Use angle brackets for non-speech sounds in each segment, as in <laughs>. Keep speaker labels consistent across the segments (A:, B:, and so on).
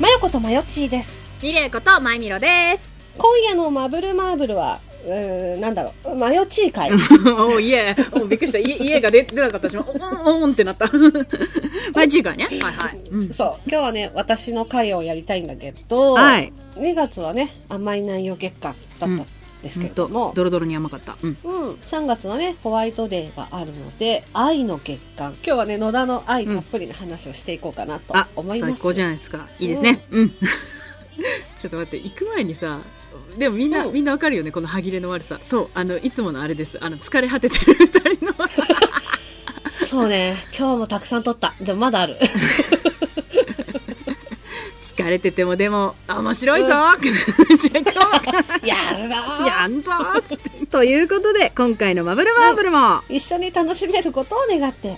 A: まよことまよちーです。
B: リレーこと、まいみろです。
A: 今夜のマブルマーブルは、うーん、なんだろう、まよちー会。
B: <laughs> おいえ、おびっくりした。い家が出出なかったし、おんおんってなった。 <laughs> まあ、次回ね。はいはい。うん
A: そう、今日はね、私の会をやりたいんだけど、
B: はい。
A: 2月はね、甘い内容月間だったんですけ
B: ほ
A: れ
B: ん
A: ども
B: と、、ドロドロに甘かった。うん。
A: うん、3月はね、ホワイトデーがあるので、愛の月間。今日はね、野田の愛たっぷりの話をしていこうかなと
B: あ、
A: 思います。
B: 最高じゃないですか。いいですね。うん。 <laughs> ちょっと待って、行く前にさ、でもみんな、
A: うん
B: みんなわかるよね、この歯切れの悪さ。そう、あの、いつものあれです。あの、疲れ果ててる二人の。 <laughs>
A: そうね、今日もたくさん撮った。でもまだある。
B: 疲れてても、でも、面白いぞ、 <laughs>
A: やるぞー
B: やんぞーつって。 <laughs> ということで、今回のマブルマーブルも、
A: 一緒に楽しめることを願って。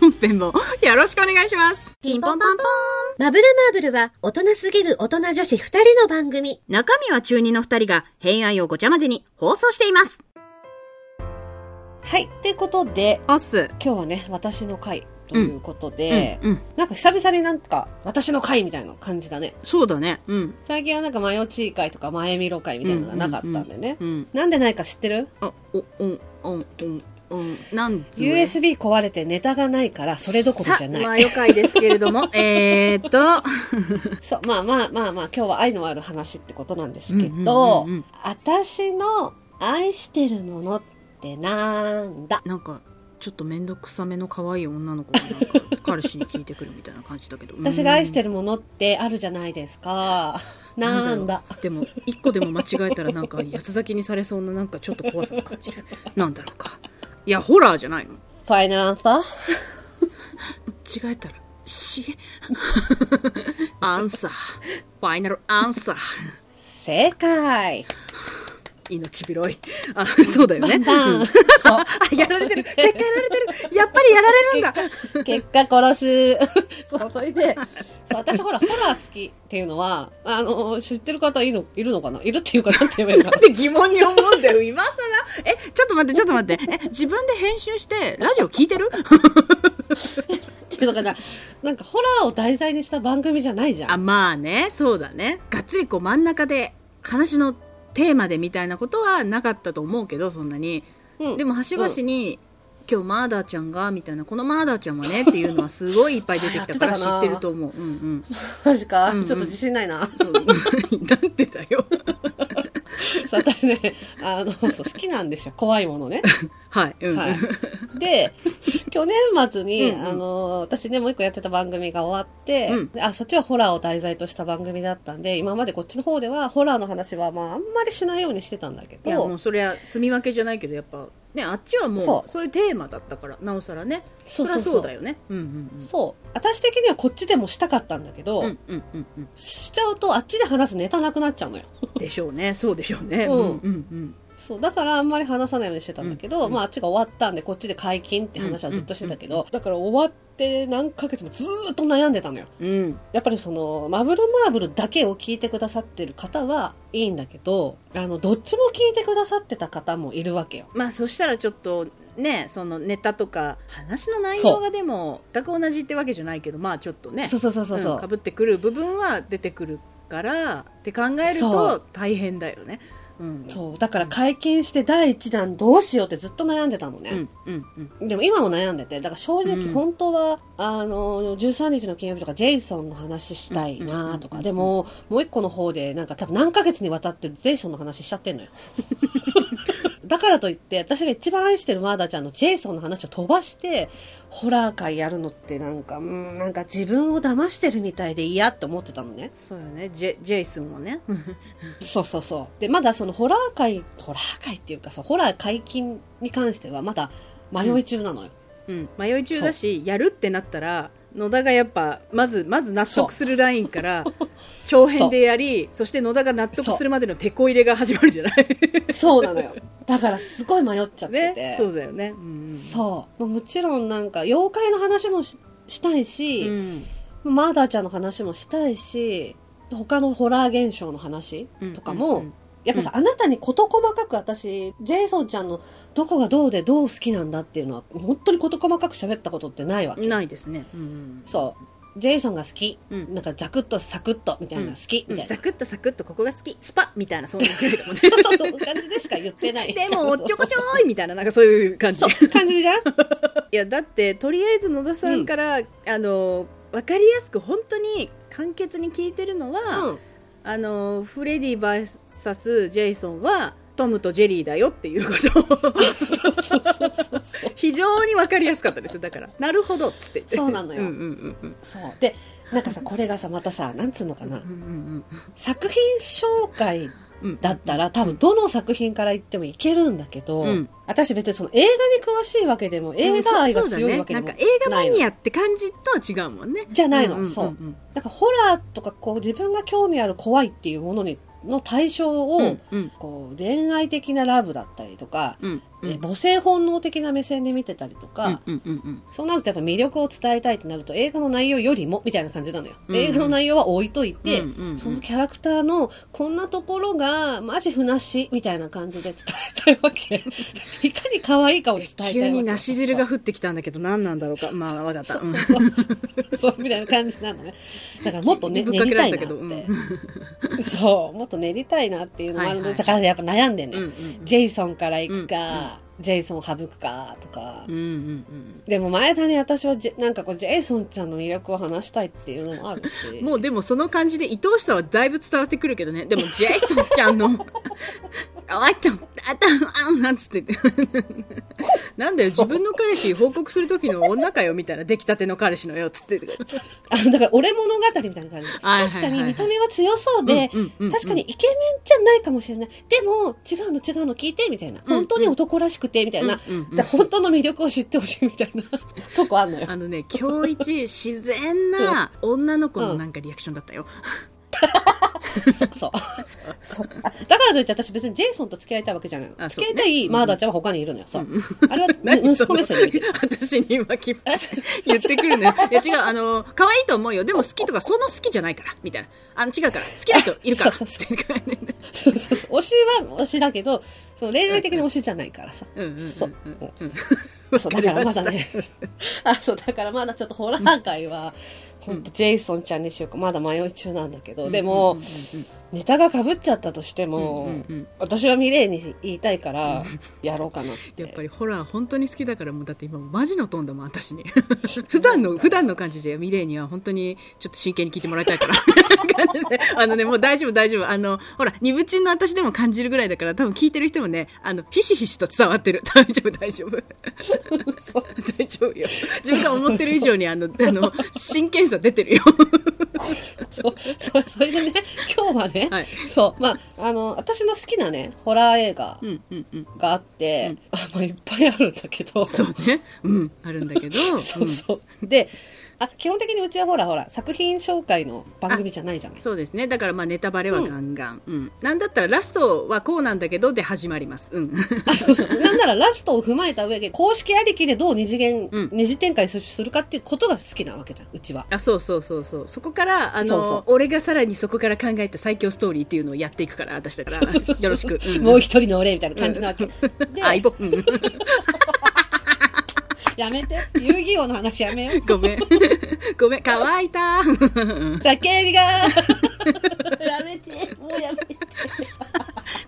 B: 本編もよろしくお願いします。
C: ピンポンパンポーン。マブルマーブルは、大人すぎる大人女子二人の番組。
B: 中身は中二の二人が、偏愛をごちゃ混ぜに放送しています。
A: はい、ってことで、
B: おっす。
A: 今日はね、私の回ということ
B: う
A: で
B: ん、、うん。
A: なんか久々になんか、私の回みたいな感じだね。
B: そうだね。うん。
A: 最近はなんか、マヨチー会とか、前見ろ会みたいなのがなかったんでね。
B: うん。
A: なんでないか知ってる
B: あ、お、お、お、お、お、なんつうの
A: ?USB 壊れてネタがないから、それどころじゃ
B: さま
A: ない。
B: あ、愉快ですけれども、 <laughs> えーっと、
A: そう、まあまあまあまあ、今日は愛のある話ってことなんですけ
B: う
A: ど
B: んうんうんうん、
A: 私の愛してるものってなんだ
B: なんか、ちょっとめんどくさめの可愛い女の子がなんか、彼氏に聞いてくるみたいな感じだけど。
A: 私が愛して
B: る。
A: るものってあるじゃないですか。なんだ
B: ろ。うでも、一個でも間違えたらなんか、八つ咲きにされそうななんかちょっと怖さを感じる。なんだろうか。いや、ホラーじゃないの。
A: ファイナルアンサー
B: 違えたら、し、アンサー。ファイナルアンサー。
A: 正解 <laughs>
B: 命拾い。あ、そうだよね。
A: バ
B: う
A: ン
B: ん
A: そう。
B: あ、やられてる。結果やられてる。やっぱりやられるんだ。
A: 結果殺す。 <laughs> そう、それで、そう私ほら、ホラー好きっていうのは、あの、知ってる方いるのいるのかないるっていうか、なんて言えばいいのか
B: って疑問に思うんだよ、今更。え、ちょっと待って、ちょっと待って。え、自分で編集して、ラジオ聞いてる
A: なっていうのかな。 <laughs> なんか、ホラーを題材にした番組じゃないじゃ
B: あ、
A: ん。
B: まあね、そうだね。がっつりこう真ん中で、話のテーマでみたいなことはなかったと思うけど、そんなに。
A: うん
B: でも、端々に、今日マーダーちゃんが、みたいな、このマーダーちゃんはね、っていうのはすごいいっぱい出てきたから
A: あやって
B: 知
A: たかな
B: ってると思う。うん <laughs>
A: マジか
B: うんうん
A: ちょっと自信ないな。 <laughs>
B: うん。そう。なんてだよ。
A: そう私ね、あの、そう、好きなんですよ。怖いものね。
B: はい。うん。
A: はい。 <laughs> で、去年末に、
B: うんうん
A: あの、私ね、もう一個やってた番組が終わって、
B: うん
A: であ、そっちはホラーを題材とした番組だったんで、今までこっちの方では、ホラーの話は、まあ、あんまりしないようにしてたんだけ
B: いやも
A: ど
B: う、そりゃ住み分けじゃないけどやっぱねあっちはもうそ
A: そう
B: いうテーマだったからなおさらね
A: そ
B: そうり
A: そ
B: ゃ
A: うそ
B: そ
A: う
B: うだ。よねうんうんうん
A: そう。私的にはこっちでもしたかったんだけど、
B: うんうんうんうん
A: しちゃうとあっちで話すネタなくなっちゃうのよ。
B: でしょうねそうでしょうねう
A: うん
B: んうんうん
A: そう。だからあんまり話さないようにしてたんだけど、
B: うん
A: まああっちが終わったんでこっちで解禁って話はずっとしてたけど、だから終わって何ヶ月もずーっと悩んでたのよ。
B: うん
A: やっぱりその、マブルマーブルだけを聞いてくださってる方はいいんだけど、あの、どっちも聞いてくださってた方もいるわけよ。
B: まあそしたらちょっとねそのネタとか話の内容
A: そ
B: がでも全く同じってわけじゃないけどまあちょっとね
A: そうそうそうそうそう。
B: かぶってくる部分は出てくるからって考える
A: そ
B: と
A: う
B: 大変だよねうん
A: そう。だから解禁して第一弾どうしようってずっと悩んでたのね。
B: うんうんうん
A: でも今も悩んでて、だから正
B: う
A: 直
B: ん
A: 本当は、あの、13日の金曜日とかジェイソンの話したいなと
B: うんうんうんう
A: か、
B: ん
A: でも、もう一個の方で、なんか多分何ヶ月にわたってジェイソンの話しちゃってんの
B: <laughs>
A: よ。だからといって、私が一番愛してるマーダちゃんのジェイソンの話を飛ばして、ホラー界やるのってなんか、うん、なんか自分を騙してるみたいで嫌って思ってたのね。
B: そうよねジェジェイスンもね
A: そうそうそう。で、まだそのホラー界、ホラー界っていうかさ、ホラー解禁に関してはまだ迷い中なのよ。
B: うん、迷い中だしやるってなったら野田がやっぱまずまず納得するラインから長編でやりそして野田が納得するまでの手こ入れが始まるじゃない
A: そうなのよ。だからすごい迷っちゃってて。
B: <laughs> ねそうだよね、うんうん、
A: そう。もうもちろんなんか、妖怪の話もししたい
B: うん、
A: し、マーダーちゃんの話もしたいし、他のホラー現象の話
B: うん
A: とかも、
B: うん
A: やっぱさ、あなたに事細かく私、ジェイソンちゃんのどこがどうでどう好きなんだっていうのは、本当に事細かく喋ったことってないわ
B: う
A: け。
B: んないですね、うんうん
A: そう。ジェイソンが好き、
B: うん
A: なんかザクッとサクッとみたいなのが好き、みたいな
B: ザ。クッとサクッとここが好きスパみたいなそんなぐらいだもんね
A: <laughs> そうそう、そういう感じでしか言ってない。
B: <laughs> で <laughs> もおっちょこちょーいみたいななんかそういう感じ
A: <laughs> そう、そう感じじゃん
B: いやだってとりあえず野田さんから、あの分かりやすく本当に簡潔に聞いてるのは、
A: うん。
B: あのフレディ VS ジェイソンはトムとジェリーだよっていうことを非常に分かりやすかったですだからなるほどっつって
A: そうなのよ
B: んうんうんうん
A: そう。で、なんかさ、これがさ、またさ、なんつうのかな
B: う。んうん
A: 作品紹介
B: うんうん
A: だったら、多分どの作品から言ってもいけるんだけど、
B: うん
A: 私別にその映画に詳しいわけでも、映画愛が強いわけでも
B: なん
A: な
B: か
A: い
B: 映画マ
A: の
B: ニアって感じとは違うもんね
A: じゃないの、
B: うんうんうん
A: そう。だからホラーとかこう自分が興味ある怖いっていうものにの対象を、
B: うんうん
A: こう恋愛的なラブだったりとか、
B: うんうん
A: え母性本能的な目線で見てたりとか、
B: うんうんうん
A: そうなるとやっぱ魅力を伝えたいってなると映画の内容よりもみたいな感じなのよ、
B: うん
A: 映画の内容は置いといて、
B: うんうんうん
A: そのキャラクターのこんなところがマジふなっしみたいな感じで伝えたいわ <laughs> けいかに可愛いかを伝えたいわけ
B: 急に梨汁が降ってきたんだけど何なんだろうかまあわかったうん
A: そうみたいな感じなのねだからもっと、ね、
B: ぶ
A: 練
B: っか
A: り
B: け
A: た
B: ら
A: い
B: れ
A: な
B: た
A: っ
B: け
A: て、
B: どうん
A: そうもっと練りたいなっていうのもあるので、
B: はいはい
A: だからやっぱ悩んでんね、
B: うんうん
A: ジェイソンから行くか、ジェイソンを省くかとか、
B: うんうん
A: でも前田に私はジェなんかこうジェイソンちゃんの魅力を話したいっていう <laughs> のもあるし
B: うんもうでもその感じで愛おしさはだいぶ伝わってくるけどねでもジェイソンちゃんの <laughs> 「かわいいとあたあん」なんつって <laughs> てなんだよ自分の彼氏報告する時の女かよみたいな出来たての彼氏のよつってて
A: あのだから俺物語みたいな感じで
B: はいはいはい
A: 確かに見た目は強そうで、
B: うんうんうんうん
A: 確かにイケメンじゃないかもしれないでも違うの違うの聞いてみたいな本当に男らしくてみたいな、
B: うんうんうん
A: で本当の魅力を知ってほしいみたいな <laughs> とこあんのよ
B: あのね今日一自然な女の子のなんかリアクションだったよ
A: <laughs> そうそうそうあだからといって私別にジェイソンと付き合いたいわけじゃないの、
B: あそ
A: 付
B: う
A: き合
B: ね
A: いたいマーダーちゃんは他にいるのよ、そうあ <laughs> れは
B: 何
A: 息
B: そ
A: 子
B: の
A: 目線で見 <laughs> てる
B: 私に今き言ってくるのよ。いや違う、あの、可愛いと思うよ。でも好きとか、その好きじゃないから、みたいな。あの、違うから、好きな人いるから、
A: そう
B: つって言うからね
A: そうそうそう推しは推しだけどその恋愛的な推しじゃないからさ、
B: うんうんうんうん
A: そう、
B: うん
A: そうだからまだね <laughs> あそうだからまだちょっとホラー界は、ほんとジェイソンちゃんにしようかまだ迷い中なんだけど、でも、ネタがかぶっちゃったとしても、
B: うんうんうん
A: 私はミレイに言いたいからやろうかなって
B: やっぱりホラー本当に好きだからもうだって今マジの飛んだもん私に普段の普段の感じでミレイには本当にちょっと真剣に聞いてもらいたいから <laughs> みたいな感じであのねもう大丈夫大丈夫あのほら二部チンの私でも感じるぐらいだから多分聞いてる人もねあのひしひしと伝わってる <laughs> 大丈夫大丈夫 <laughs> 大丈夫よ自分が思ってる以上にあのあの真剣さ出
A: <laughs>
B: てるよ
A: <laughs> そうそうそれでね今日はね、
B: はい
A: そうまああの私の好きなねホラー映画
B: うんうんうん
A: があって、あまあいっぱいあるんだけど
B: そうねうんあるんだけど
A: そうそう。で、あ、基本的にうちはほらほら、作品紹介の番組じゃないじゃない。
B: そうですね。だからまあネタバレはガンガン。うん。なんだったらラストはこうなんだけどで始まります。うん。
A: あ、そうそう。なんならラストを踏まえた上で、公式ありきでどう二次元、
B: うん
A: 二次展開するかっていうことが好きなわけじゃん、うちは。
B: あ、そうそうそうそう。そこから、あの、
A: そうそう
B: 俺がさらにそこから考えた最強ストーリーっていうのをやっていくから、私だから。よろしく。ん
A: もう一人の俺みたいな感じなわけ。で、
B: あ、いぼ、うん。 <laughs>
A: やめて。遊戯王の話やめよう。
B: ごめん。 <laughs> ごめん。乾いた。 <laughs>
A: 叫びがやめて。もうやめて。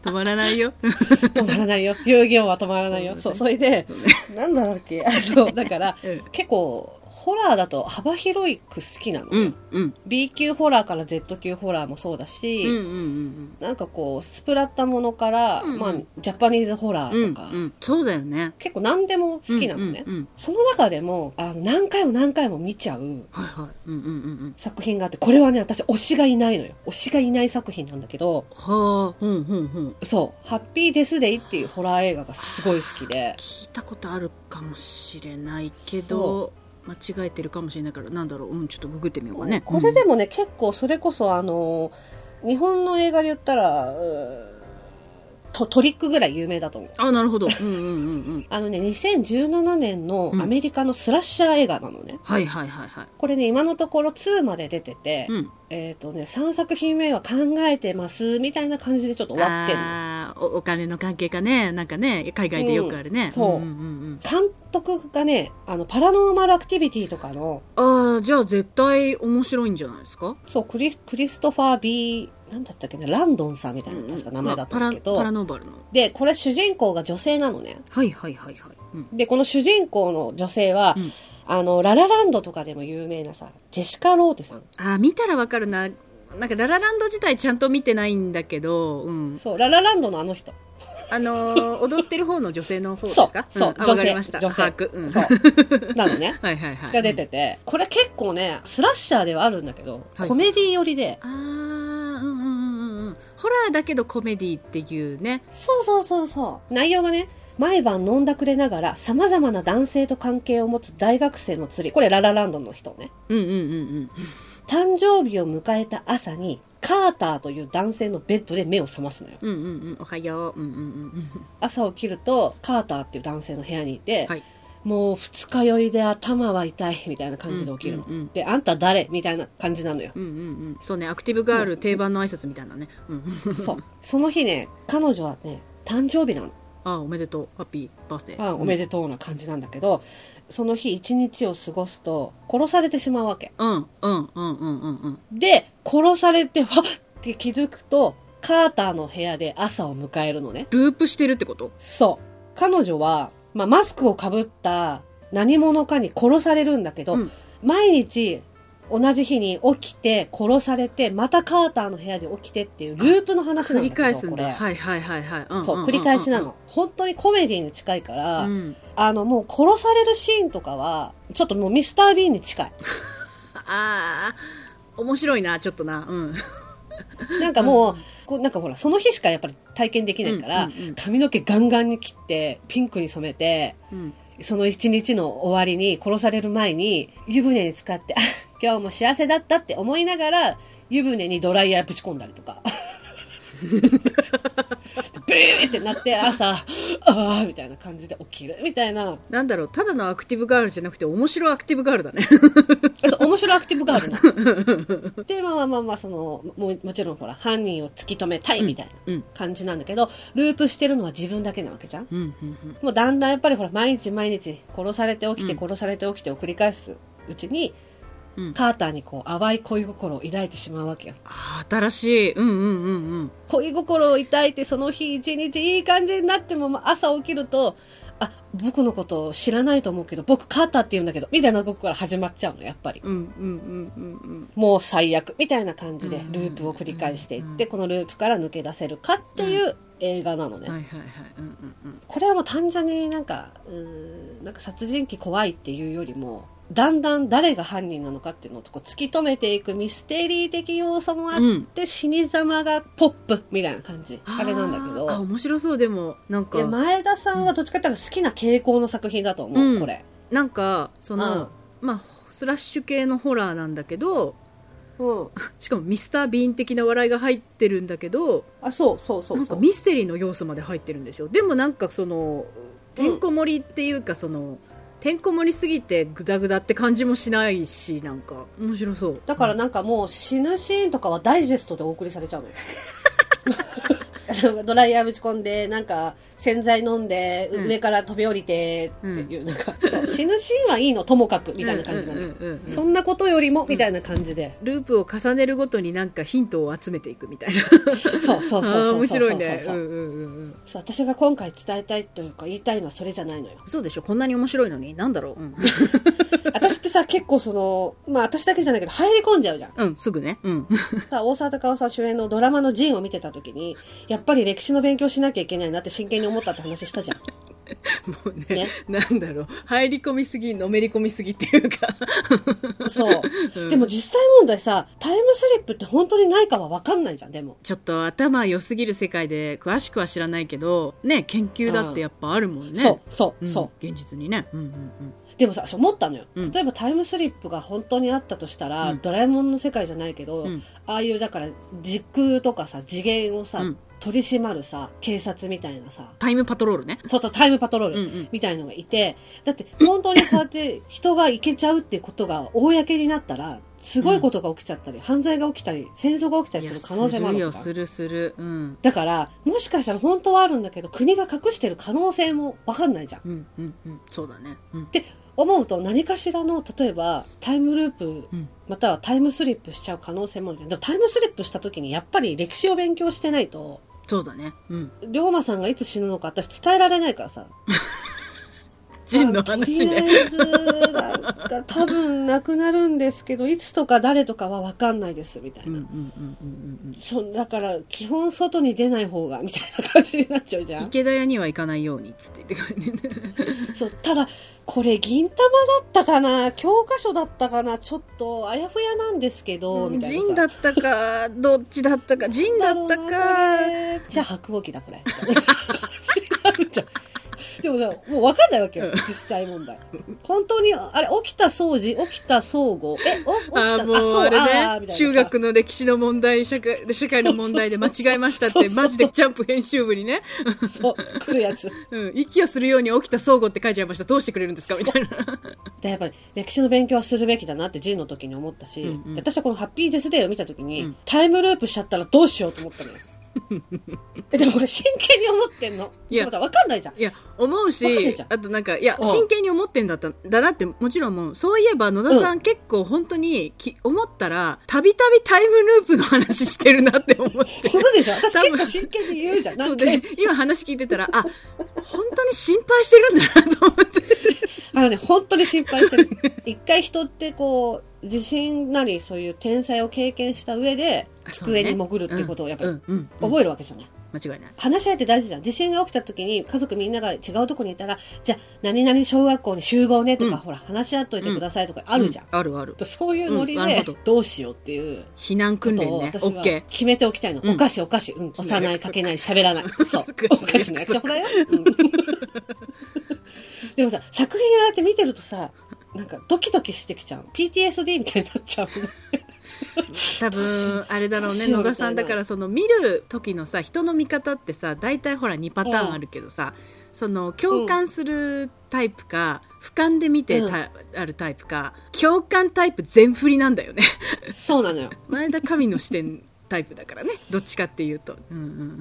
B: 止まらないよ。
A: 止まらないよ。遊戯王は止まらないよ。そう、それで、なんだっけ。あ、そう、だから、
B: うん
A: 結構、ホラーだと幅広く好きなの。
B: うん、うん。
A: B 級ホラーから Z 級ホラーもそうだし、
B: うん、うん、うん。
A: なんかこうスプラッタものから、
B: うんうん
A: まあ、ジャパニーズホラ
B: う
A: ー
B: ん
A: と、か、
B: うん。そうだよね。
A: 結構何でも好きなのね、
B: うんうんうん
A: その中でもあの何回も何回も見ちゃう
B: はいはい。うん、うん、うんうん。
A: 作品があってこれはね私推しがいないのよ推しがいない作品なんだけど
B: はあ、うん、うん、うん。
A: そう「ハッピーデスデイ」っていうホラー映画がすごい好きで
B: 聞いたことあるかもしれないけど間違えてるかもしれないからなんだろう、うん、ちょっとググってみようかね
A: これでもね、結構それこそあの日本の映画で言ったらうートトリックぐらい有名だと思う
B: うんあなるほどうんうんうんうん
A: あのね、2017年のアメリカのスラッシャー映画なのね。
B: はいはいはいはい
A: これね、今のところ2まで出てて、
B: うん
A: えっ、とね、3作品目は考えてます、みたいな感じでちょっと終わってんの。
B: あーおお金の関係かねなんかね海外でよくあるね、
A: うんそうん
B: うん
A: 監督がね、あの、パラノーマルアクティビティとかの、
B: うん、ああじゃあ絶対面白いんじゃないですか
A: そう、クリクリストファー・ビー、なんだったっけね、ランドンさんみたいな、確か名前だった
B: まあ
A: け
B: パラ
A: ど
B: パラ、ノーバルの
A: で、これ主人公が女性なのね。
B: はいはいはいはい、うん、
A: で、この主人公の女性は、
B: うん
A: あの、ララランドとかでも有名なさ、ジェシカ・ローテさん。
B: ああ見たらわかるななんかララランド自体ちゃんと見てないんだけど、うん、
A: そう、ララランドのあの人。
B: あのー踊ってる方の女性の方です
A: そう
B: か、
A: そう、
B: ん
A: 女
B: あわかり
A: 性、
B: ました
A: 女性
B: 把握、うん、
A: そ
B: は
A: う。なのね。
B: い <laughs> はいはい
A: が出てて、これ結構ね、スラッシャーではあるんだけど、
B: はい
A: コメディ寄りで、
B: あーうんうんうんうんうんホラーだけどコメディっていうね
A: そうそうそうそう。内容がね、毎晩飲んだくれながら様々な男性と関係を持つ大学生の釣り、これララランドの人ね。
B: うんうんうん
A: 誕生日を迎えた朝に、カーターという男性のベッドで目を覚ますのよ。
B: うんうんうんうんおはよううんうんうん
A: 朝起きると、カーターっていう男性の部屋にいて、
B: はい
A: もう二日酔いで頭は痛いみたいな感じで起きるの。
B: うんうんうん
A: で、あんた誰みたいな感じなのよ。
B: うんうんうんそうねアクティブガール定番の挨拶みたいなね、うん、
A: そう。その日ね、彼女はね、誕生日なの。
B: あーおめでとうハッピーバースデー
A: あおめでとうな感じなんだけど、その日一日を過ごすと、殺されてしまうわけ。
B: うんうんうんうんうんうん
A: で、殺されて、わっって気づくと、カーターの部屋で朝を迎えるのね。
B: ループしてるってこと
A: そう。彼女は、まあ、マスクをかぶった何者かに殺されるんだけど、
B: うん
A: 毎日同じ日に起きて殺されて、またカーターの部屋で起きてっていうループの話なんだ
B: 繰り
A: けど
B: 返すん
A: こ
B: だ
A: れ
B: はいはいはいはい、うんんんん
A: そう、繰り返しなの。本当にコメディに近いから、
B: うん
A: あの、もう殺されるシーンとかは、ちょっともうミスター・ビーンに近
B: <laughs>
A: い。
B: ああ面白いなちょっとなうん
A: なんかもう、こうなんかほら、その日しかやっぱり体験できないから、
B: うんうんうん
A: 髪の毛ガンガンに切って、ピンクに染めて、
B: うん
A: その一日の終わりに殺される前に湯船に使って、あ、 <laughs> 今日も幸せだったって思いながら、湯船にドライヤーぶち込んだりと
B: <laughs>
A: か。ブーってなって朝、ああ、みたいな感じで起きるみたいな。
B: なんだろうただのアクティブガールじゃなくて面白いアクティブガールだね
A: そう面白いアクティブガールなの。で、まあまあまあまあ、その、ももちろんほら、犯人を突き止めたいみたいな
B: うん
A: 感じなんだけど、ループしてるのは自分だけなわけじゃん
B: うんうんうん
A: もうだんだんやっぱりほら、毎日毎日殺されて起きて、
B: うん
A: 殺されて起きてを繰り返すうちに、
B: うん
A: カーターにこう、淡い恋心を抱いてしまうわけよ。
B: あー新しい。うんうんうんうん。
A: 恋心を抱いて、その日一日いい感じになっても、まあ朝起きると、あ、僕のことを知らないと思うけど、僕カーターって言うんだけど、みたいなとこから始まっちゃうの、やっぱり。
B: うんうんうんうんうん。
A: もう最悪、みたいな感じで
B: うん、
A: ループを繰り返していっ
B: うん
A: て、このループから抜け出せるかっていう映画なのね。
B: はいはいはい。うんうん
A: これはもう単純になんか、うーん、なんか殺人鬼怖いっていうよりも、だんだん誰が犯人なのかっていうのをこう突き止めていくミステリー的要素もあっ
B: うん。うん。
A: て、死に様がポップみたいな感じ。あれなんだけ
B: あー、
A: ど。
B: 面白そう、でも、なんか
A: で、、前田さんはどっちかっていうと好きな傾向の作品だと思う、
B: うん
A: これ。
B: なんか、そ
A: うん。う
B: の
A: ん、。
B: まあ、スラッシュ系のホラーなんだけど、しかもミスター・ビーン的な笑いが入ってるんだけど、
A: あ、そうそうそうそう。
B: なんかミステリーの要素まで入ってるんでしょ。でもなんかその、
A: うん
B: てんこ盛りっていうか、その、てんこ盛りすぎてグダグダって感じもしないし、なんか、面白そう。
A: だからなんかもう死ぬシーンとかはダイジェストでお送りされちゃう <laughs> のよ。なんかドライヤーぶち込んで、なんか洗剤飲んで、
B: うん
A: 上から飛び降りてっていう、なんかそう死ぬシーンはいいの、ともかくみたいな感じなのよ。
B: うんうんうんうん
A: そんなことよりも、みたいな感じで。
B: ループを重ねるごとになんかヒントを集めていくみたいな。
A: そうそうそうそう
B: あ
A: そ
B: ー
A: う。
B: <laughs> 面白いね。
A: そううん
B: うんうんうん。
A: そう私が今回伝えたいというか言いたいのはそれじゃないのよ。
B: そうでしょこんなに面白いのになんだろう、うん、
A: 私ってさ、結構その、まあ私だけじゃないけど入り込んじゃうじゃん。
B: うん、すぐね。 <laughs> うん。
A: さ、大沢たかおさん主演のドラマのジンを見てた時に、やっぱり歴史の勉強しなきゃいけないなって真剣に思ったって話したじゃん。
B: もうね
A: ね
B: なんだろう。入り込みすぎ、のめり込みすぎっていうか。
A: そう。
B: <laughs> うん
A: でも実際問題さ、タイムスリップって本当にないかは分かんないじゃん、でも。
B: <laughs> ちょっと頭良すぎる世界で詳しくは知らないけど、ね、研究だってやっぱあるもんね。
A: そう、そう、
B: ん
A: そ
B: 現実にね。うんうん
A: う。でもさ、そう思ったのよ。
B: うん
A: 例えばタイムスリップが本当にあったとしたら、
B: うん
A: ドラえもんの世界じゃないけど、
B: うん。うん。
A: ああいうだから時空とかさ、次元をさ、
B: うん
A: 取り締まるさ、警察みたいなさ、
B: タイムパトロールね。
A: ちょっとタイムパトロー
B: うん
A: ル。
B: うん。
A: みたいのがいて、だって本当にそうやって人が行けちゃうってことが公になったら、すごいことが起きちゃったり、犯罪が起きたり、戦争が起きたりする可能性もあ
B: い
A: る
B: や
A: から
B: するよするするうん
A: だから、もしかしたら本当はあるんだけど、国が隠してる可能性もわかんないじゃん。
B: うんうんうんそうだねうん
A: 思うと何かしらの、例えばタイムループ
B: うん、
A: またはタイムスリップしちゃう可能性もあるじゃん。でもタイムスリップした時にやっぱり歴史を勉強してないと、
B: そうだねうん
A: 龍馬さんがいつ死ぬのか私伝えられないからさ。
B: 人の話
A: まあと
B: ね
A: りあえず、なんか多分亡くなるんですけど、いつとか誰とかはわかんないです、みたい
B: うんうん
A: な。
B: うんうん
A: そうだから、基本外に出ない方が、みたいな感じになっちゃうじ
B: う
A: ゃ
B: ん
A: ん。
B: 池田屋には行かないようにっつって言ってくれてね
A: そう、ただ、これ、銀玉だったかな教科書だったかなちょっと、あやふやなんですけど、みたいなさ。
B: 陣だったかどっちだったか陣だった
A: だろ
B: か
A: うなこれじゃあ、白鸚記だ、これ。 <laughs> 違うじゃん。でもさ、もう分かんないわけよ
B: うん、
A: 実際問題。本当に、あれ、起きた掃除、起きた相互。え、お起きた、
B: あーもうあれね中
A: さ
B: 学の歴史の問題社会社会の問題で間違えましたっ
A: そう
B: て
A: そうそう
B: マジでジャンプ編集部にね、
A: そう、来るやつ。
B: うん、息をするように起きた相互って書いちゃいましたどうしてくれるんですかみたいな
A: で、やっぱり歴史の勉強はするべきだなって、ジンの時に思ったし、
B: うんうん
A: 私はこのハッピーデスデーを見た時に、
B: うん
A: タイムループしちゃったらどうしようと思った
B: <laughs>
A: のよ。えでもこれ真剣に思ってんの。
B: いや
A: ちょっと待ってわかんないじゃん。
B: いや、思う
A: わかる
B: し
A: じゃ、ん
B: あとなんか、いや、
A: うん
B: 真剣に思ってんだった、だなって、もちろんもう、そういえば野田さん、結構本当にき、思ったら、たびたびタイムループの話してるなって思って。 <laughs>
A: するでしょ私
B: 多
A: 結
B: 分
A: 構真剣に言うじゃん。な
B: <laughs> そうん
A: か
B: で、今話聞いてたら、あ、本当に心配してるんだなと思って。
A: あのね、本当に心配してる。一回人ってこう、地震なりそういう天才を経験した上で、机に潜るってことをやっぱり
B: うんうんうん
A: 覚えるわけじゃない。
B: 間違いない。
A: 話し合いって大事じゃん。地震が起きた時に家族みんなが違うとこにいたら、じゃあ何々小学校に集合ねとか、
B: うん
A: ほら話し合っといてくださいとかあるじゃん。
B: うあるある。
A: そういうノリ
B: うんなる
A: で
B: ほど、
A: どうしようっていう
B: 避難
A: こ
B: 訓
A: と
B: 練
A: を
B: ね。
A: 私
B: オ
A: は
B: ッケ
A: 決めておきたいの。
B: うん
A: お菓子お菓子、うん、押さない、かけない、喋
B: <laughs>
A: らない。そう
B: 約。束
A: お菓子の約束だよ。うん <laughs> でもさ、作品ああやって見てるとさ、なんかドキドキしてきちゃう。PTSD みたいになっちゃう。
B: <laughs> ー。多分、あれだろうね、
A: どうしよ
B: 野
A: う
B: 田さん。
A: みた
B: だ
A: いな
B: から、その、見る時のさ、人の見方ってさ、大体ほら、2パターンあるけどさ、その、共感するタイプか、俯瞰で見てたあるタイプか、共感タイプ全振りなんだよね。 <laughs>
A: そうなのよ。
B: 前田神の視点タイプだからね、どっちかっていうと。うん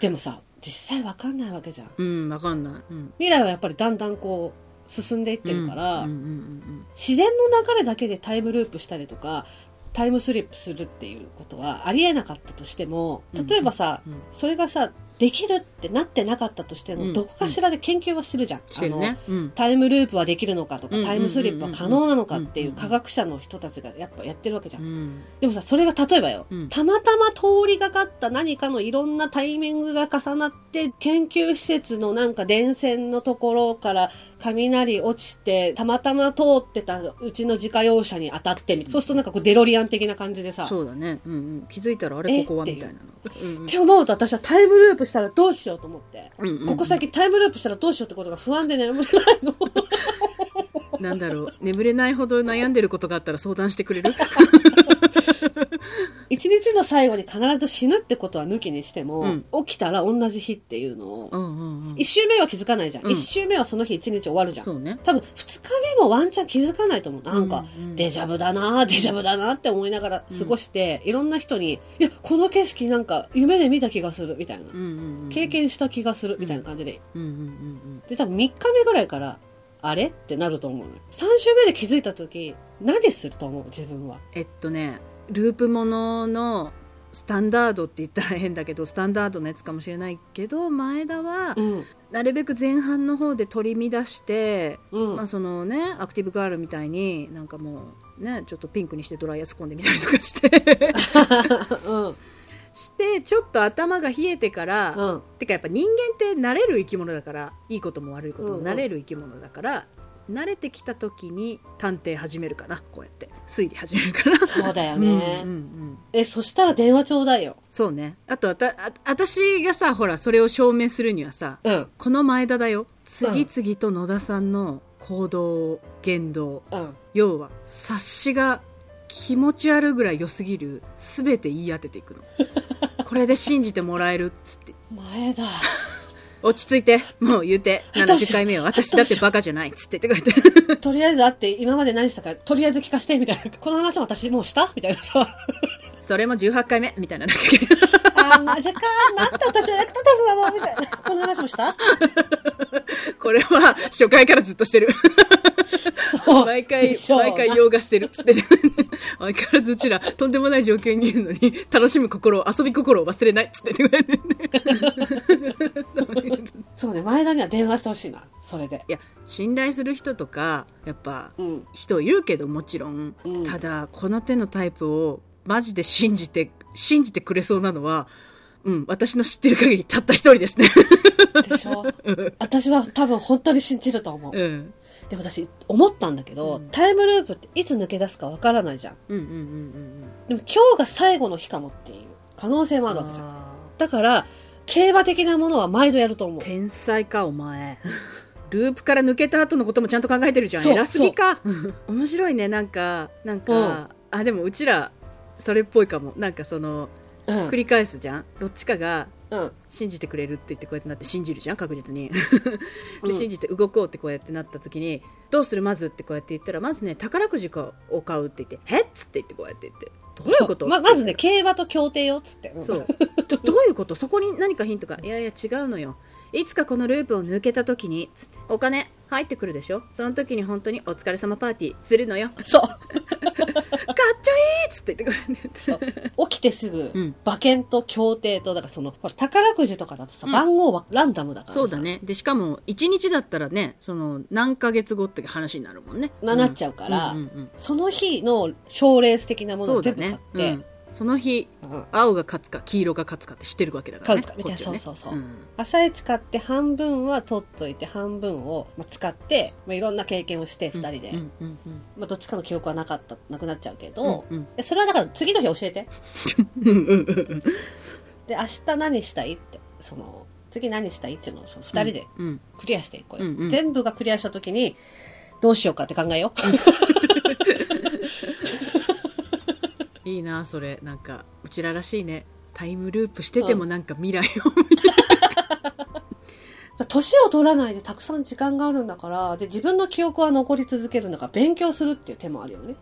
A: でもさ、実際わかんないわけじゃん。
B: うん。うん、わかんない。うん。
A: 未来はやっぱりだんだんこう、進んでいってるから、
B: うんうんうん
A: 自然の流れだけでタイムループしたりとか、タイムスリップするっていうことはありえなかったとしても、例えばさ、
B: うんうん
A: それがさ、できるってなってなかったとしても、
B: うん
A: どこかしらで研究はしてるじゃん。
B: してる
A: あの
B: ね。うん。
A: タイムループはできるのかとか、
B: うん
A: タイムスリップは可能なのかってい
B: うん
A: う
B: うん
A: 科学者の人たちがやっぱやってるわけじゃ。
B: うんん。
A: でもさ、それが例えばよ、
B: うん
A: たまたま通りがかった何かのいろんなタイミングが重なって、研究施設のなんか電線のところから雷落ちて、たまたま通ってたうちの自家用車に当たってみそうするとなんかこうデロリアン的な感じでさ、
B: そうだね。うんうん。気づいたら、あれ、ここは
A: えっ
B: み
A: て
B: た
A: いう
B: いなの。うんうん
A: って思うと私はタイムループしたらどうしようと思って。
B: うんうんうん
A: ここ先タイムループしたらどうしようってことが不安
B: <laughs>
A: で眠れないの。
B: なんだろう眠れないほど悩んでることがあったら相談してくれる <laughs>
A: 一日の最後に必ず死ぬってことは抜きにしても、
B: うん
A: 起きたら同じ日っていうのを、
B: うんうんうん
A: 一周目は気づかないじゃん。
B: うん
A: 一、周目はその日一日終わるじゃん。
B: そうね
A: 多分、二日目もワンチャン気づかないと思う。なんか、
B: うんうん
A: デジャブだなぁデジャブだなぁって思いながら過ごして、いろんな人に、いや、この景色なんか夢で見た気がする、みたいな。
B: うんうんうん
A: 経験した気がする、みたいな感じで。
B: うんうんうん
A: で、多分3日目ぐらいから、あれってなると思うのよ。3週目で気づいた時、何すると思う自分は。
B: えっとねループもののスタンダードって言ったら変だけどスタンダードのやつかもしれないけど前田は
A: うん。
B: なるべく前半の方で取り乱して、
A: うん。
B: まあそのねアクティブガールみたいになんかもうねちょっとピンクにしてドライヤー突っ込んでみたりとかして
A: <laughs> <laughs> うん。
B: してちょっと頭が冷えてから、
A: うん。
B: てかやっぱ人間って慣れる生き物だからいいことも悪いこと
A: う
B: も
A: んうん
B: 慣れる生き物だから、慣れてきた時に探偵始めるかなこうやって推理始めるかな
A: そうだよ
B: うんうん
A: ね。
B: うん
A: え、そしたら電話ちょうだいよ。
B: そうねあとあたあ私がさほらそれを証明するにはさ
A: うん。
B: この前田だよ次々と野田さんの行動言動
A: うん。
B: 要は察しが気持ち悪いぐらい良すぎる全て言い当てていくのこれで信じてもらえるっつって
A: 前だ。
B: 落ち着いて、もう言うて、
A: どうしよう
B: 70回目は私だってバカじゃないっつって言ってくれて。
A: とりあえず会って、今まで何したか、とりあえず聞かして、みたいな。この話も私もうしたみたいな
B: <laughs>
A: さ。
B: それも18回目みたいなだけ。
A: あー、まあ、若干、なんて私は役立たずなのみたいな。この話もした
B: これは初回からずっとしてる。
A: そう。
B: <laughs> 毎回
A: で、しょう
B: 毎回洋画してるっつって <laughs> ね。相変わらずうちら、とんでもない状況にいるのに、楽しむ心を、遊び心を忘れないっつって言ってくれてね。
A: そうね、前田には電話してほしいな。それで。
B: いや、信頼する人とか、やっぱ、
A: うん。
B: 人いるけどもちろん、
A: うん
B: ただこの手のタイプをマジで信じて信じてくれそうなのはうん私の知ってる限りたった一人ですね <laughs>
A: でしょ私は多分本当に信じると思う。
B: うん
A: でも私、思ったんだけど、
B: うん
A: タイムループっていつ抜け出すかわからないじゃん。
B: うんうんうん
A: でも今日が最後の日かもっていう可能性もあるわけじゃん。だから、競馬的なものは毎度やると思う。
B: 天才かお前ループから抜けた後のこともちゃんと考えてるじゃん
A: そう
B: 偉すぎか <laughs> 面白いねなんかなんか、あでもうちらそれっぽいかもなんかその
A: うん
B: 繰。り返すじゃんどっちかが
A: うん。
B: 信じてくれるって言ってこうやってなって信じるじゃん確
A: <laughs>
B: 実に
A: う
B: で
A: ん
B: 信じて動こうってこうやってなった時にどうするまずってこうやって言ったらまずね宝くじを買うって言ってへっつって言ってこうやって言ってどういうこ
A: そ
B: と
A: うま、まずね、競馬と協定よ、つって。うん
B: そうどどういうことそこに何かヒントがいやいや違うのよいつかこのループを抜けた時につってお金入ってくるでしょその時に本当にお疲れ様パーティーするのよかっ
A: そう。
B: ちょいいっつって言ってこうやって
A: <laughs> 起きてすぐ、
B: うん
A: 馬券と協定と、だからその、ほら、宝くじとかだとさ、
B: うん
A: 番号はランダムだからさ
B: そうだ。ねでしかも1日だったらねその何ヶ月後って話になるもんね
A: な、なっちゃうから、
B: うんうんうん
A: その日の賞レース的なもの
B: そ
A: を
B: うだ
A: 全部買って、、
B: ねうん、その日
A: うん
B: 青が勝つか黄色が勝つかって知ってるわけだからね
A: 勝つか
B: こっちはね
A: そうそうそう
B: うん
A: 朝一買って半分は取っといて、半分をまあ使って、まあ、いろんな経験をして、二人で、
B: うんうんうん
A: まあ、どっちかの記憶はなかった、なくなっちゃうけど、
B: うん
A: でそれはだから次の日教えて。
B: うんうんうんうん
A: で、明日何したいって、その、次何したいっていうのを、その二人で
B: うん
A: クリアしていこうよ、
B: うんうん
A: 全部がクリアした時に、どうしようかって考えよう。
B: いいなそれなんかうちららしいねタイムループしててもなんか未来を、
A: <laughs> 年を取らないでたくさん時間があるんだから、で、自分の記憶は残り続けるんだから、勉強するっていう手もあるよね。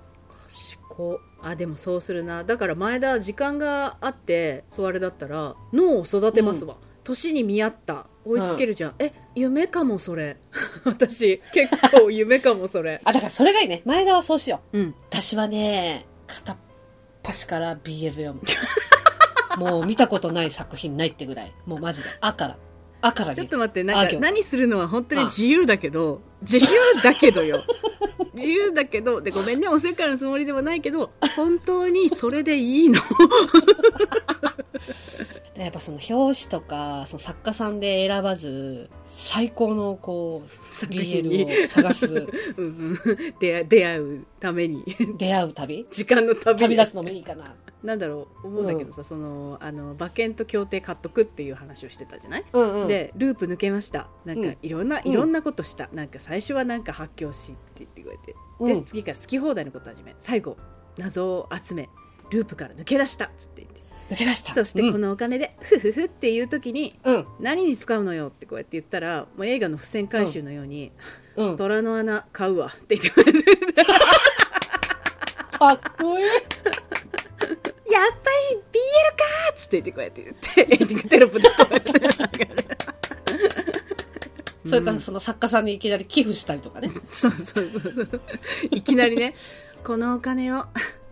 B: こうあでもそうするなだから前田時間があってそうあれだったら脳を育てますわ、年に見合った追いつけるじゃん、え夢かもそれ <laughs> 私結構夢かもそれ
A: あ、だからそれがいいね。前田はそうしよう。
B: うん
A: 私はね、片っ端から BL 読む。 <laughs> もう見たことない作品ないってぐらい。もうマジで。あから。あから
B: ちょっ
A: に
B: と。待って、なん
A: あ
B: か
A: 今日
B: 何するのは本当に自由だけど、自由だけどよ。 <laughs> 自由だけど、で、ごめんね、おせっかいのつもりではないけど、本当にそれでいい
A: <laughs>
B: の。
A: やっぱその表紙とか、その作家さんで選ばず、最高の <laughs> こう、
B: 作品に
A: BL を探す、
B: <laughs> うんうん、出出会うために、 <laughs>
A: 出会う <laughs> 旅
B: 時間の旅
A: 旅
B: に
A: 立つのもいいかな。
B: なんだろう、思うんだけどさ、その、あの、馬券と協定買っとくっていう話をしてたじゃない
A: うんうん。
B: でループ抜けましたなん
A: う
B: か
A: ん
B: いろんな、
A: うん
B: いろんなことしたなんか最初はなんか発狂しって言ってくれて、
A: う
B: で
A: ん
B: 次から好き放題のこと始め最後謎を集めループから抜け出したっつって言って
A: 抜け出した。
B: そしてこのお金でフフフっていう時に
A: うん、
B: 何に使うのよってこうやって言ったらもう映画の付箋回収のように
A: うん、うん。か
B: 虎の穴買うわって言ってくれて
A: っこいい。
B: やっぱり BL かーっつって言ってこうやって言ってエンディングテロップでこうやって流れる
A: それからその作家さんにいきなり寄付したりとかね。 <laughs>
B: そうそうそうそう。いきなりね、このお金を、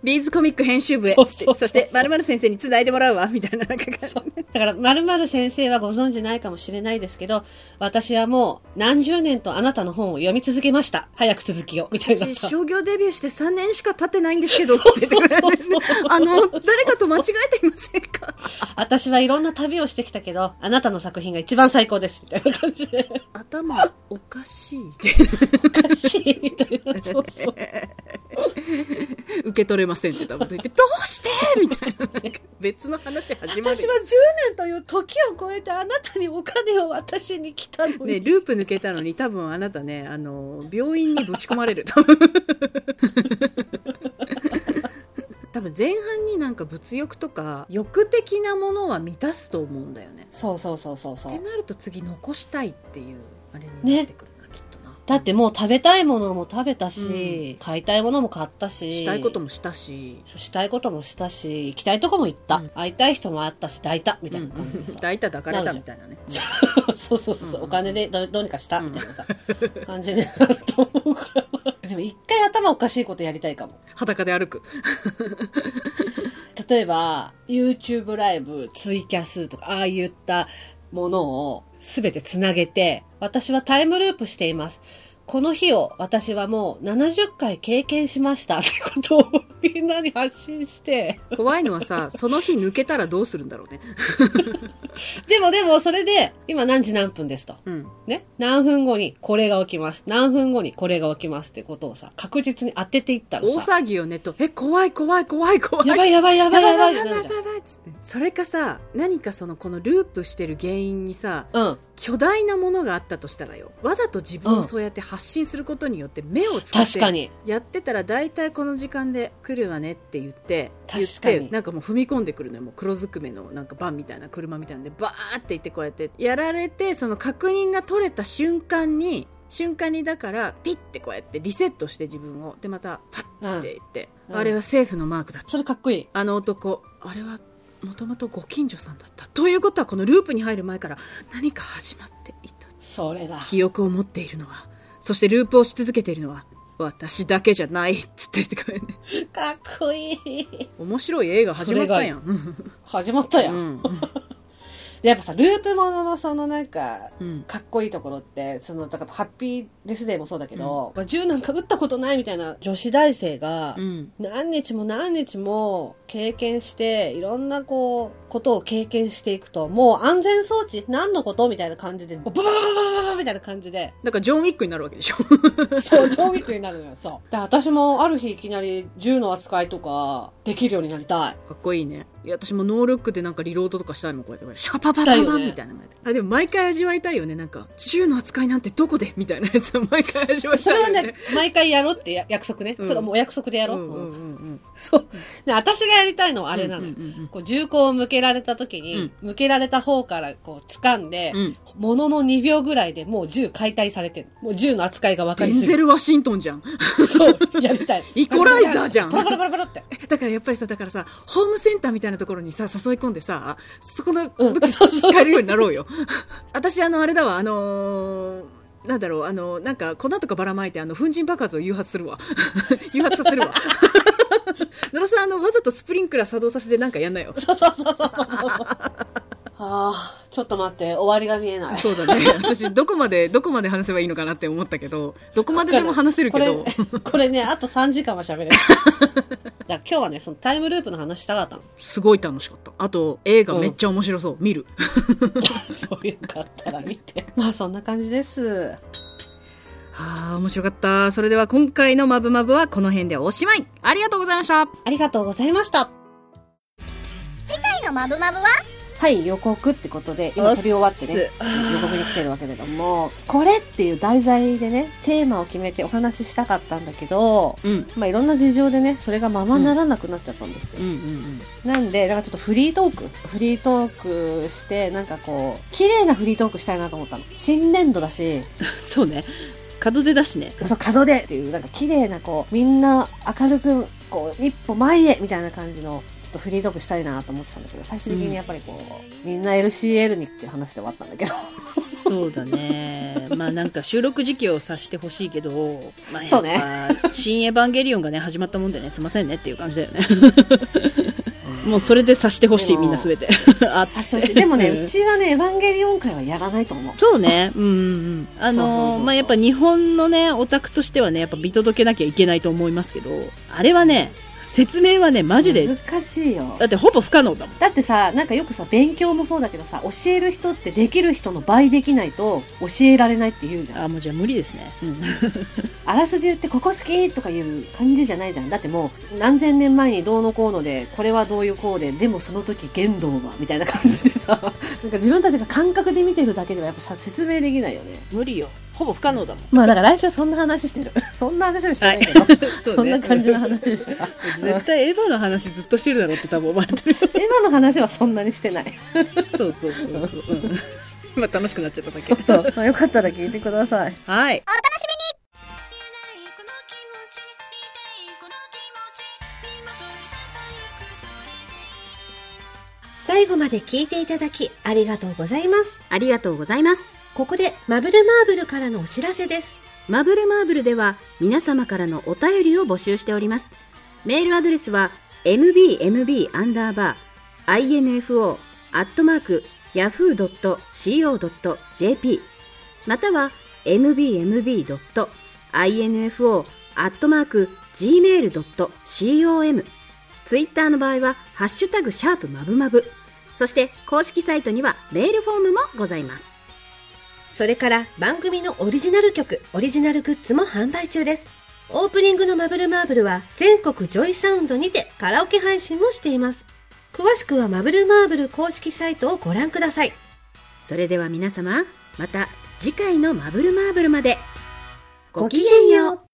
B: ビーズコミック編集部へ、
A: そうそうそう
B: そして、まる先生に繋いでもらうわ、みたいな、なんか、
A: だから、〇〇先生はご存知ないかもしれないですけど、私はもう何十年とあなたの本を読み続けました。早く続きを。みたいな <laughs>
B: 私
A: さ。
B: 商業デビューして3年しか経ってないんですけど、
A: そう
B: って
A: そ
B: 言
A: う
B: って
A: そう
B: あの、誰かと間違えていませんか
A: 私はいろんな旅をしてきたけど、あなたの作品が一番最高です。みたいな感じで。
B: <laughs> 頭、おかしい。
A: おかしい。みたいな。 <laughs> そう
B: <laughs>
A: そう。
B: 受け取れませんって多分言って、どうしてみたいな、なんか別の話始まる
A: 私。は10年という時を超えてあなたにお金を私に来たの
B: ね、
A: に。
B: ループ抜けたのに多分あなたね、あの、病院にぶち込まれる。多分多多分前半になんか物欲とか欲的なものは満たすと思うんだよね
A: そうそうそうそうそ
B: って
A: う
B: なると次残したいっていうあれになってくるな、きっとな
A: だってもう食べたいものも食べたし、買いたいものも買ったし
B: したいこともしたし
A: そうしたいこともしたし行きたいとこも行った、
B: うん
A: 会いたい人も会ったし抱いたみたいな感じでさ、
B: 抱いた抱かれたみたいなね
A: <laughs> そうそうそう、
B: うんうん
A: お金でどどうにかした
B: うん
A: みたいなさ、感じになると思うから <laughs> でも一回頭おかしいことやりたいかも
B: 裸で歩く
A: 例えば YouTube ライブツイキャスとかああいったものを全てつなげて私はタイムループしていますこの日を私はもう70回経験しましたってことをみんなに発信して
B: 怖いのはさその日抜けたらどうするんだろうね
A: でもでもそれで今何時何分ですと
B: うん
A: ね何分後にこれが起きます何分後にこれが起きますってことをさ確実に当てていったら
B: 大
A: さ
B: 騒ぎよねとえ怖い怖い怖い怖い
A: やばいやばいやばいやばい
B: や
A: って
B: ば
A: な
B: い
A: る
B: やば
A: じ
B: いやばいっつってそれかさ何かそのこのループしてる原因にさ
A: ゃんうん
B: 巨大なものがあったとしたらよわざと自分をそうやって発信することによって目をつけ
A: 確か
B: て
A: に
B: やってたら大体この時間で来るわねって言って言っ
A: 確か
B: て
A: に
B: なんかもう踏み込んでくるのよもう黒ずくめのなんかバンみたいな車みたいなんでバーって行ってこうやってやられてその確認が取れた瞬間に瞬間にだからピッてこうやってリセットして自分をでまたパッつって言って、
A: うん
B: あれは政府のマークだ
A: それかっこいい
B: あの男あれはもともとご近所さんだったということはこのループに入る前から何か始まっていた
A: それだ
B: 記憶を持っているのはそしてループをし続けているのは私だけじゃないっつってこれね
A: かっこいい
B: 面白い映画始まったやん
A: 始まったやん、
B: うん
A: やっぱさループもののそのなんか
B: うん
A: かっこいいところってそのだからハッピーデスデーもそうだけど、銃なんか撃ったことないみたいな女子大生が、
B: うん
A: 何日も何日も経験していろんなこうことを経験していくともう安全装置何のことみたいな感じでブブブブブブブみたいな感じで
B: だからジョン・ウィックになるわけ
A: <laughs>
B: でしょ
A: そうジョンウィックになるのよそうで私もある日いきなり銃の扱いとかできるようになりたい
B: かっこいいねいや私もノールックでなんかリロードとかしたいもんこうやってこうやってシャパパ
A: した
B: パ
A: い
B: パ
A: よね
B: みたいなのやってあでも毎回味わいたいよねなんか銃の扱いなんてどこでみたいなやつは毎回味わい
A: そ
B: たい
A: れ
B: よ
A: は
B: ね
A: ね、毎回やろうってや約束ね。
B: う
A: そ
B: ん
A: れはもうお約束でやろう。
B: うんうんうんうん
A: そう。で私がやりたいのはあれなのよ。
B: うんうんうんうん
A: こう銃口を向けられた時に、
B: うん
A: 向けられた方からこう掴んで、
B: うん
A: ものの2秒ぐらいでもう銃解体されてる。もう銃の扱いが分か
B: デ
A: りす
B: ン
A: ぎ
B: ゼ
A: る。
B: ル・ワシントンじゃん
A: そう、やりたい。
B: <laughs> イコライザーじゃん
A: パラパラパラパラって。
B: <laughs> だからやっぱりさだからさホームセンターみたいなところにさ誘い込んでさそこの
A: うん
B: 武器
A: そうそうそう
B: 使えるようになろうよ <laughs> 私あのあれだわあのーなんだろうあのなんか粉とかばらまいてあの粉塵爆発を誘発するわ <laughs> 誘発させる
A: <laughs>
B: わ野呂さんあのわざとスプリンクラー作動させてなんかやんなよ
A: そうそうそうそうそうそう。ああ、ちょっと待って、終わりが見えない。
B: そうだね私どこまでどこまで話せばいいのかなって思ったけどどこまででも話せるけ
A: こ
B: ど
A: れ、これね、あと3時間は喋
B: <laughs>
A: れる。だから今日はね、そのタイムループの話したかったの。 <laughs>
B: すごい楽しかったあと映画めっちゃ面白そう、見る
A: そういうのがあったら見て。まあそんな感じです。
B: はあ、面白かった。それでは今回のマブマブはこの辺でおしまい。ありがとうございました。
A: ありがとうございました。
C: 回のマブマブは
A: はい、予告ってことで、今飛び終わってね、予告に来てるわけれども、これっていう題材でね、テーマを決めてお話ししたかったんだけど、
B: うん。
A: まあいろんな事情でね、それがままならなくなっちゃったんですよ。
B: うんうん
A: なんで、なんかちょっとフリートークフリートークして、なんかこう、綺麗なフリートークしたいなと思ったの。新年度だし、
B: うん。そうね。門出だしね。
A: そう、角でっていう、なんか綺麗な、こう、みんな明るく、こう、一歩前へみたいな感じの、ちょっとフリートークしたいなと思ってたんだけど、最終的にやっぱりこう、みんな LCL にっていう話で終わったんだけど。
B: そうだね。 <laughs> まあなんか収録時期を察してほしいけど、まあ、
A: そうね
B: やっぱ。新エヴァンゲリオンがね、始まったもんでね、すいませんねっていう感じだよね。 <laughs> もうそれで察してほし
A: で
B: い、
A: も
B: みんなすべ <laughs> て。あ
A: さしてほしいでもね、
B: うん
A: うちはね、エヴァンゲリオン会はやらないと思う。
B: そうね。うんうんうん。あ
A: そうそうそう
B: の
A: そ
B: ー、
A: う
B: まあ、やっぱ日本のね、オタクとしてはね、やっぱ見届けなきゃいけないと思いますけど、あれはね、説明はね、マジで、
A: 難しいよ
B: だ。ってほぼ不可能だもん。
A: だってさ、なんかよくさ、勉強もそうだけどさ、教える人ってできる人の倍できないと教えられないって言うじゃ
B: あ、
A: ん。
B: もうじゃあ無理ですね。うん。
A: <laughs> あらすじ言ってここ好きとかいう感じじゃないじゃん。だってもう、何千年前にどうのこうので、これはどういうこうで、でもその時言動は、みたいな <laughs> 感じでさ、なんか自分たちが感覚で見てるだけではやっぱさ、説明できないよね。
B: 無理よ。
D: ほぼ不可能だもん。
A: まあだから来週そんな話してる。 <laughs> そんな話をしてないけ
B: <laughs>
A: ど、そんな感じの話をした。
D: <laughs> 絶対エヴァの話ずっとしてるだろうって多分思われてる。
A: 今の話はそんなにしてない。
D: そうそうそうそう。うん <laughs> まあ楽しくなっちゃっただけ
A: そう。そう。まあよかったら聞いてください。
D: はい。
E: この気持ち見ていいこの気持ち今とささゆくそれで
F: 最後まで聞いていただきありがとうございます。
B: ありがとうございます。
F: ここでマブルマーブルからのお知らせです。
B: マブルマーブルでは皆様からのお便りを募集しております。メールアドレスは mbmb-info-yahoo.co.jp または mbmb.info-gmail.com ツイッターの場合はハッシュタグシャープマブマブそして公式サイトにはメールフォームもございます。
F: それから番組のオリジナル曲、オリジナルグッズも販売中です。オープニングのマブルマーブルは全国ジョイサウンドにてカラオケ配信もしています。詳しくはマブルマーブル公式サイトをご覧ください。
B: それでは皆様また次回の「マブルマーブル」まで
F: ごきげんよう。